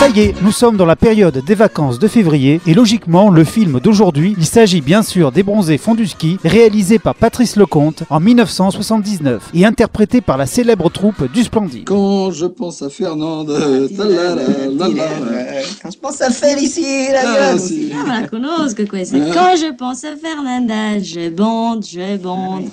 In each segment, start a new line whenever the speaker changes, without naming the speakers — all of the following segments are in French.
Ça y est, nous sommes dans la période des vacances de février et logiquement le film d'aujourd'hui, il s'agit bien sûr des bronzés fonds du ski, réalisé par Patrice Lecomte en 1979 et interprété par la célèbre troupe du Splendid.
Quand je pense à Fernande,
Ah,
talala, lala,
Quand je pense à Félicie, la
ah,
gueule.
si.
Ah, ma conosco questa. Quand je pense à Fernanda, je bande, je bande.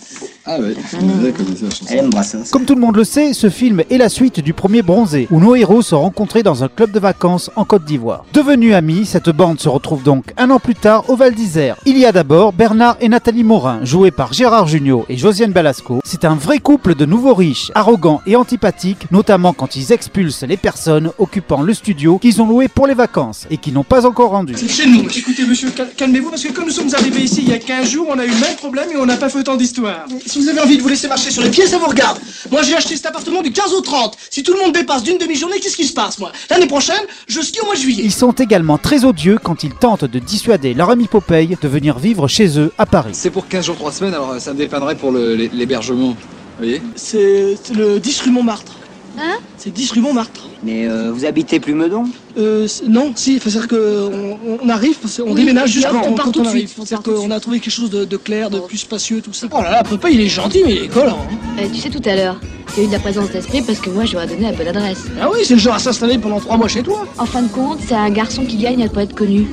Ah ouais, je me connais la chanson.
Elle aime Brassens.
Comme tout le monde le sait, ce film est la suite du premier bronzé, où nos héros se rencontraient dans un club de vacances en Côte d'Ivoire. Devenus amis, cette bande se retrouve donc un an plus tard au Val d'Isère. Il y a d'abord Bernard et Nathalie Morin, joués par Gérard Jugnot et Josiane Balasco. C'est un vrai couple de nouveaux riches, arrogants et antipathiques, notamment quand ils expulsent les personnes occupant le studio qu'ils ont loué pour les vacances et qui n'ont pas encore rendu.
Chez nous. Écoutez, monsieur, cal- calmez-vous, parce que comme nous sommes arrivés ici il y a 15 jours, on a eu le même problème et on n'a pas fait autant d'histoires.
Si vous avez envie de vous laisser marcher sur les pieds, ça vous regarde. Moi, j'ai acheté cet appartement du 15 au 30. Si tout le monde dépasse d'une demi-journée, qu'est-ce qui se passe, moi L'année prochaine, je skie au mois de juillet.
Ils sont également très odieux quand ils tentent de dissuader leur ami Popeye de venir vivre chez eux à Paris.
C'est pour 15 jours, 3 semaines, alors euh, ça me dépannerait pour le- l'hé- l'hébergement. Vous voyez
C'est c'est le 10 rue Montmartre. Hein C'est 10 rue Montmartre.
Mais euh, vous habitez Plumedon
Euh, c'est- non, si, enfin, c'est-à-dire qu'on on arrive, parce qu'on
Oui,
déménage
et
juste
hop,
quand
on part
quand
tout de
arrive.
suite, on
C'est-à-dire
part tout de
qu'on a trouvé quelque chose de, de clair, de plus spacieux, tout ça.
Oh là là, papa, il est gentil, mais il est collant.
Euh, tu sais, tout à l'heure, tu as eu de la présence d'esprit parce que moi, j'aurais donné la bonne adresse.
Ah oui, c'est le genre à s'installer pendant 3 mois chez toi.
En fin de compte, c'est un garçon qui gagne à ne pas être connu.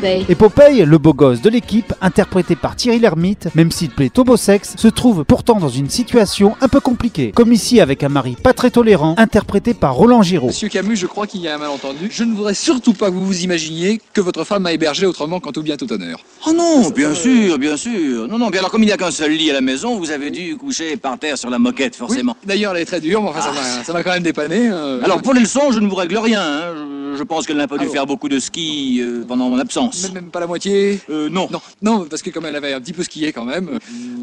Ben, Poupée.
Et Popeye, le beau gosse de l'équipe, interprété par Thierry Lhermitte, même s'il plaît sexe, se trouve pourtant dans une situation un peu compliquée, comme ici avec un mari pas très tolérant, interprété par Roland Giraud.
Monsieur Camus, je crois qu'il y a un malentendu. Je ne voudrais surtout pas que vous vous imaginiez que votre femme m'a hébergé autrement qu'en tout bien tout honneur.
Oh non, bien sûr, bien sûr. Non, non, bien alors comme il n'y a qu'un seul lit à la maison, vous avez dû coucher par terre sur la moquette,
Oui,
forcément. Ah.
D'ailleurs, elle est très dure, mais enfin, ça m'a- ça m'a quand même dépanné. euh.
Alors pour les leçons, je ne vous règle rien. hein. Je- Je pense qu'elle n'a pas dû
Alors.
faire beaucoup de ski euh, pendant mon absence.
même, même pas la moitié.
Euh, non.
Non, non, parce que comme elle avait un petit peu skié quand même.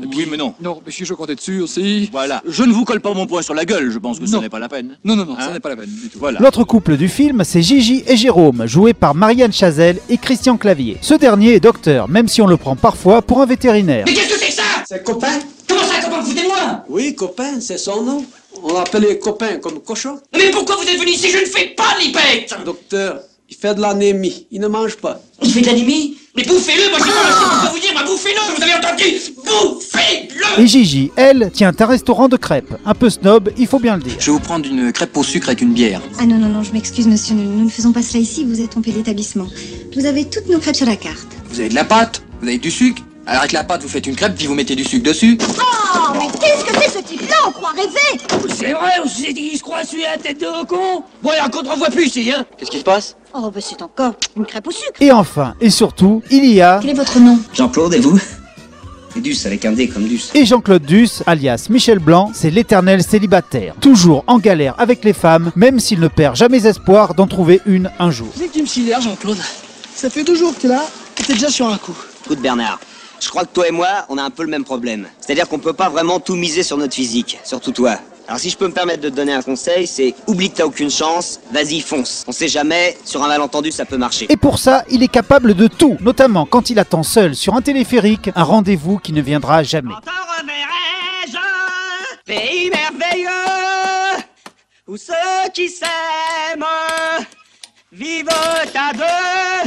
et puis-
Oui, mais non.
Non, monsieur, je comptais dessus aussi.
Voilà. Je ne vous colle pas mon poing sur la gueule. Je pense que ce
Non.
n'est pas la peine.
Non, non, non, ça
Hein
n'est pas la peine du tout.
Voilà.
L'autre couple du film, c'est Gigi et Jérôme, joués par Marianne Chazelle et Christian Clavier. Ce dernier est docteur, même si on le prend parfois pour un vétérinaire.
qu'est-ce que c'est ça
C'est copain
Comment ça, comment vous de moi
Oui, copain, c'est son nom. On l'appelle les copains comme cochon.
Mais pourquoi vous êtes venu ici Je ne fais pas les bêtes
Docteur, il fait de l'anémie, il ne mange pas.
Il fait de l'anémie Mais bouffez-le, moi je sais pas, je sais pas quoi vous dire, moi bouffez-le, vous avez entendu Bouffez-le
Et Gigi, elle, tient un restaurant de crêpes. Un peu snob, il faut bien le dire.
Je vais vous prendre une crêpe au sucre avec une bière.
Ah non, non, non, je m'excuse, monsieur. Nous, nous ne faisons pas cela ici. Vous êtes trompé d'établissement. Vous avez toutes nos crêpes sur la carte.
Vous avez de la pâte, vous avez du sucre. Alors avec la pâte, vous faites une crêpe, puis vous mettez du sucre dessus.
Oh, mais qu'est-ce que c'est ce type-là On croit rêver
C'est vrai, on s'est dit, il se croit celui à la tête de haut con Bon, alors qu'on te revoit plus ici, hein
Qu'est-ce qui se passe
Oh, bah c'est encore une crêpe au sucre.
Et enfin, et surtout, il y a...
Quel est votre nom
Jean-Claude et vous Et Duss avec un D comme Duss.
Et Jean-Claude Duss, alias Michel Blanc, c'est l'éternel célibataire. Toujours en galère avec les femmes, même s'il ne perd jamais espoir d'en trouver une un jour.
Tu sais que tu me sidères, Jean-Claude Ça fait deux jours que t'es là, et t'es déjà sur un coup.
Écoute Bernard, je crois que toi et moi, on a un peu le même problème. C'est-à-dire qu'on peut pas vraiment tout miser sur notre physique, surtout toi. Alors si je peux me permettre de te donner un conseil, c'est oublie que t'as aucune chance, vas-y fonce. On sait jamais, sur un malentendu ça peut marcher.
Et pour ça, il est capable de tout, notamment quand il attend seul sur un téléphérique un rendez-vous qui ne viendra jamais.
Quand te reverrai-je, pays merveilleux, où ceux qui s'aiment vivent à deux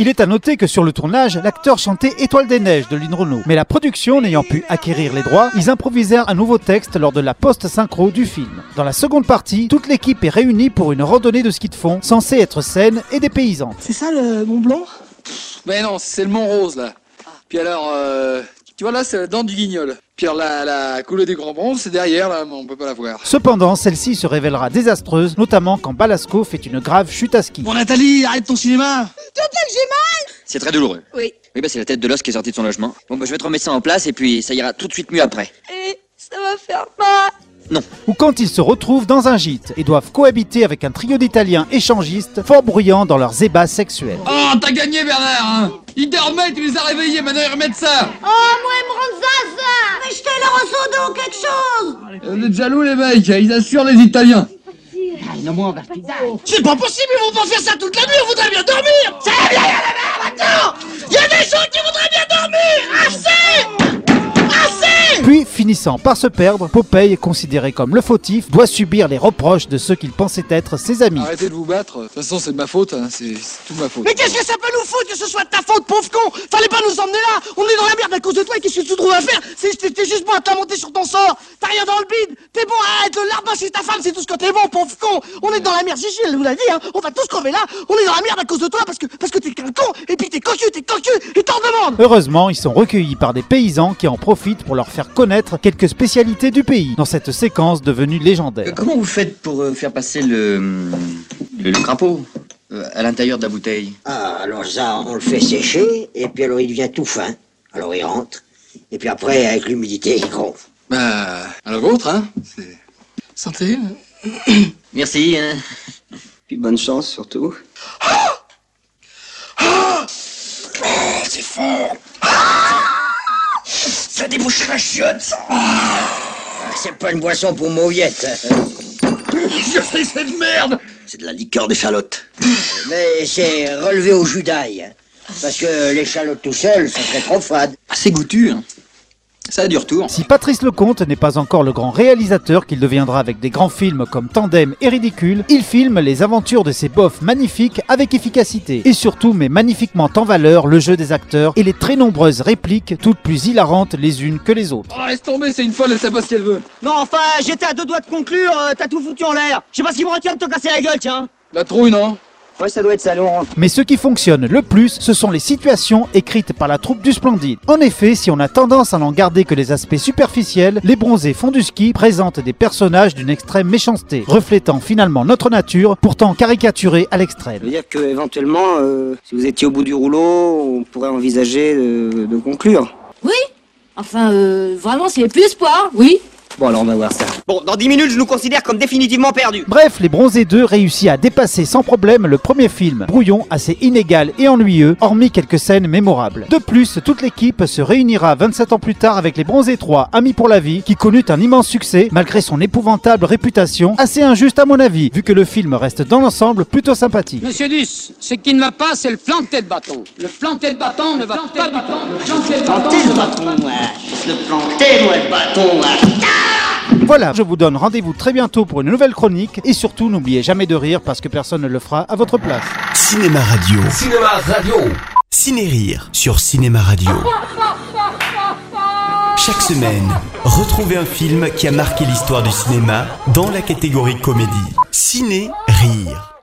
Il est à noter que sur le tournage, l'acteur chantait Étoile des Neiges de Lynn Renault. Mais la production n'ayant pu acquérir les droits, ils improvisèrent un nouveau texte lors de la post-synchro du film. Dans la seconde partie, toute l'équipe est réunie pour une randonnée de ski de fond censée être saine et dépaysante.
C'est ça le Mont Blanc
Mais non, c'est le Mont Rose là. Puis alors, euh, tu vois là, c'est la dent du guignol. Puis alors, la, la coulée des grands bronzes, c'est derrière là, mais on peut pas la voir.
Cependant, celle-ci se révélera désastreuse, notamment quand Balasco fait une grave chute à ski.
Bon Nathalie, arrête ton cinéma
C'est très douloureux.
Oui.
Oui, bah c'est la tête de l'os qui est sortie de son logement. Bon, bah je vais te remettre ça en place et puis ça ira tout de suite mieux après.
Et ça va faire mal.
Non.
Ou quand ils se retrouvent dans un gîte et doivent cohabiter avec un trio d'Italiens échangistes fort bruyants dans leurs ébats sexuels.
Oh, t'as gagné, Bernard, hein Ils dormaient, tu les as réveillés, maintenant ils remettent ça Oh, moi, ils me rendent ça, ça Mais jetez leur seau d'eau, quelque chose Vous êtes jaloux, les mecs, ils assurent les Italiens
C'est pas possible, ils vont pas faire ça toute la nuit, on voudrait bien dormir Ça va bien, y'a la mer maintenant Il y a des gens qui voudraient bien dormir Assez Assez
Puis, finissant par se perdre, Popeye, considéré comme le fautif, doit subir les reproches de ceux qu'il pensait être ses amis.
Arrêtez de vous battre, de toute façon, c'est de ma faute, hein, c'est c'est tout de ma faute.
Mais qu'est-ce que ça peut nous foutre que ce soit de ta faute, pauvre con Fallait pas nous emmener là On est dans la merde à cause de toi et qu'est-ce que tu trouves à faire C'est t'es- t'es juste bon à te lamenter sur ton sort T'as rien dans le bide T'es bon à être le larbin chez ta femme, c'est tout ce que t'es bon, pauvre con On est dans la merde, Gigi, elle nous l'a dit, hein On va tous crever là On est dans la merde à cause de toi parce que parce que t'es qu'un con Et puis t'es cocu, t'es cocu Et t'en demandes
Heureusement, ils sont recueillis par des paysans qui en profitent pour leur faire connaître quelques spécialités du pays dans cette séquence devenue légendaire.
Comment vous faites pour euh, faire passer le, Hmm. le, le crapaud euh, à l'intérieur de la bouteille
Ah, alors ça, on le fait sécher, et puis alors il devient tout fin. Alors il rentre, et puis après, avec l'humidité, il gonfle.
Bah, à la vôtre, hein c'est-
Santé
Merci. hein. Puis bonne chance surtout.
Ah
C'est fort
Ah
Ça débouche la chiotte
Ah C'est pas une boisson pour mauviette. hein.
Je fais cette merde
C'est de la liqueur d'échalote. Mais c'est relevé au jus d'ail. hein. Parce que l'échalote tout seul, ça serait trop fade.
Assez goûtu. hein. Ça a du retour.
hein.
Si Patrice Lecomte n'est pas encore le grand réalisateur qu'il deviendra avec des grands films comme Tandem et Ridicule, il filme les aventures de ses bofs magnifiques avec efficacité et surtout met magnifiquement en valeur le jeu des acteurs et les très nombreuses répliques, toutes plus hilarantes les unes que les autres.
Oh, laisse tomber, c'est une folle, elle sait pas ce qu'elle veut.
Non, enfin, j'étais à deux doigts de conclure, euh, t'as tout foutu en l'air Je sais pas ce qui me retient de te casser la gueule, tiens
La trouille, non
Ouais, ça doit être hein. salon.
Mais ce qui fonctionne le plus, ce sont les situations écrites par la troupe du Splendide. En effet, si on a tendance à n'en garder que les aspects superficiels, les bronzés font du ski présentent des personnages d'une extrême méchanceté, reflétant finalement notre nature, pourtant caricaturée à l'extrême.
Ça veut dire que éventuellement, euh, si vous étiez au bout du rouleau, on pourrait envisager de, de conclure.
Oui Enfin, euh, vraiment, c'est plus espoir, oui.
Bon, alors on va voir ça. Bon, dans 10 minutes, je nous considère comme définitivement perdus.
Bref, Les Bronzés 2 réussit à dépasser sans problème le premier film, brouillon assez inégal et ennuyeux, hormis quelques scènes mémorables. De plus, toute l'équipe se réunira 27 ans plus tard avec Les Bronzés 3, Amis pour la vie, qui connut un immense succès malgré son épouvantable réputation, assez injuste à mon avis, vu que le film reste dans l'ensemble plutôt sympathique.
Monsieur Duss, ce qui ne va pas, c'est le planté de bâton. Le planté de bâton ne va pas du
Plantez le bâton, moi. Je le planter, moi, le bâton, moi.
Voilà, je vous donne rendez-vous très bientôt pour une nouvelle chronique, et surtout n'oubliez jamais de rire parce que personne ne le fera à votre place.
Cinéma Radio. Cinéma Radio. Ciné-Rire sur Cinéma Radio. Chaque semaine, retrouvez un film qui a marqué l'histoire du cinéma dans la catégorie comédie. Ciné-Rire.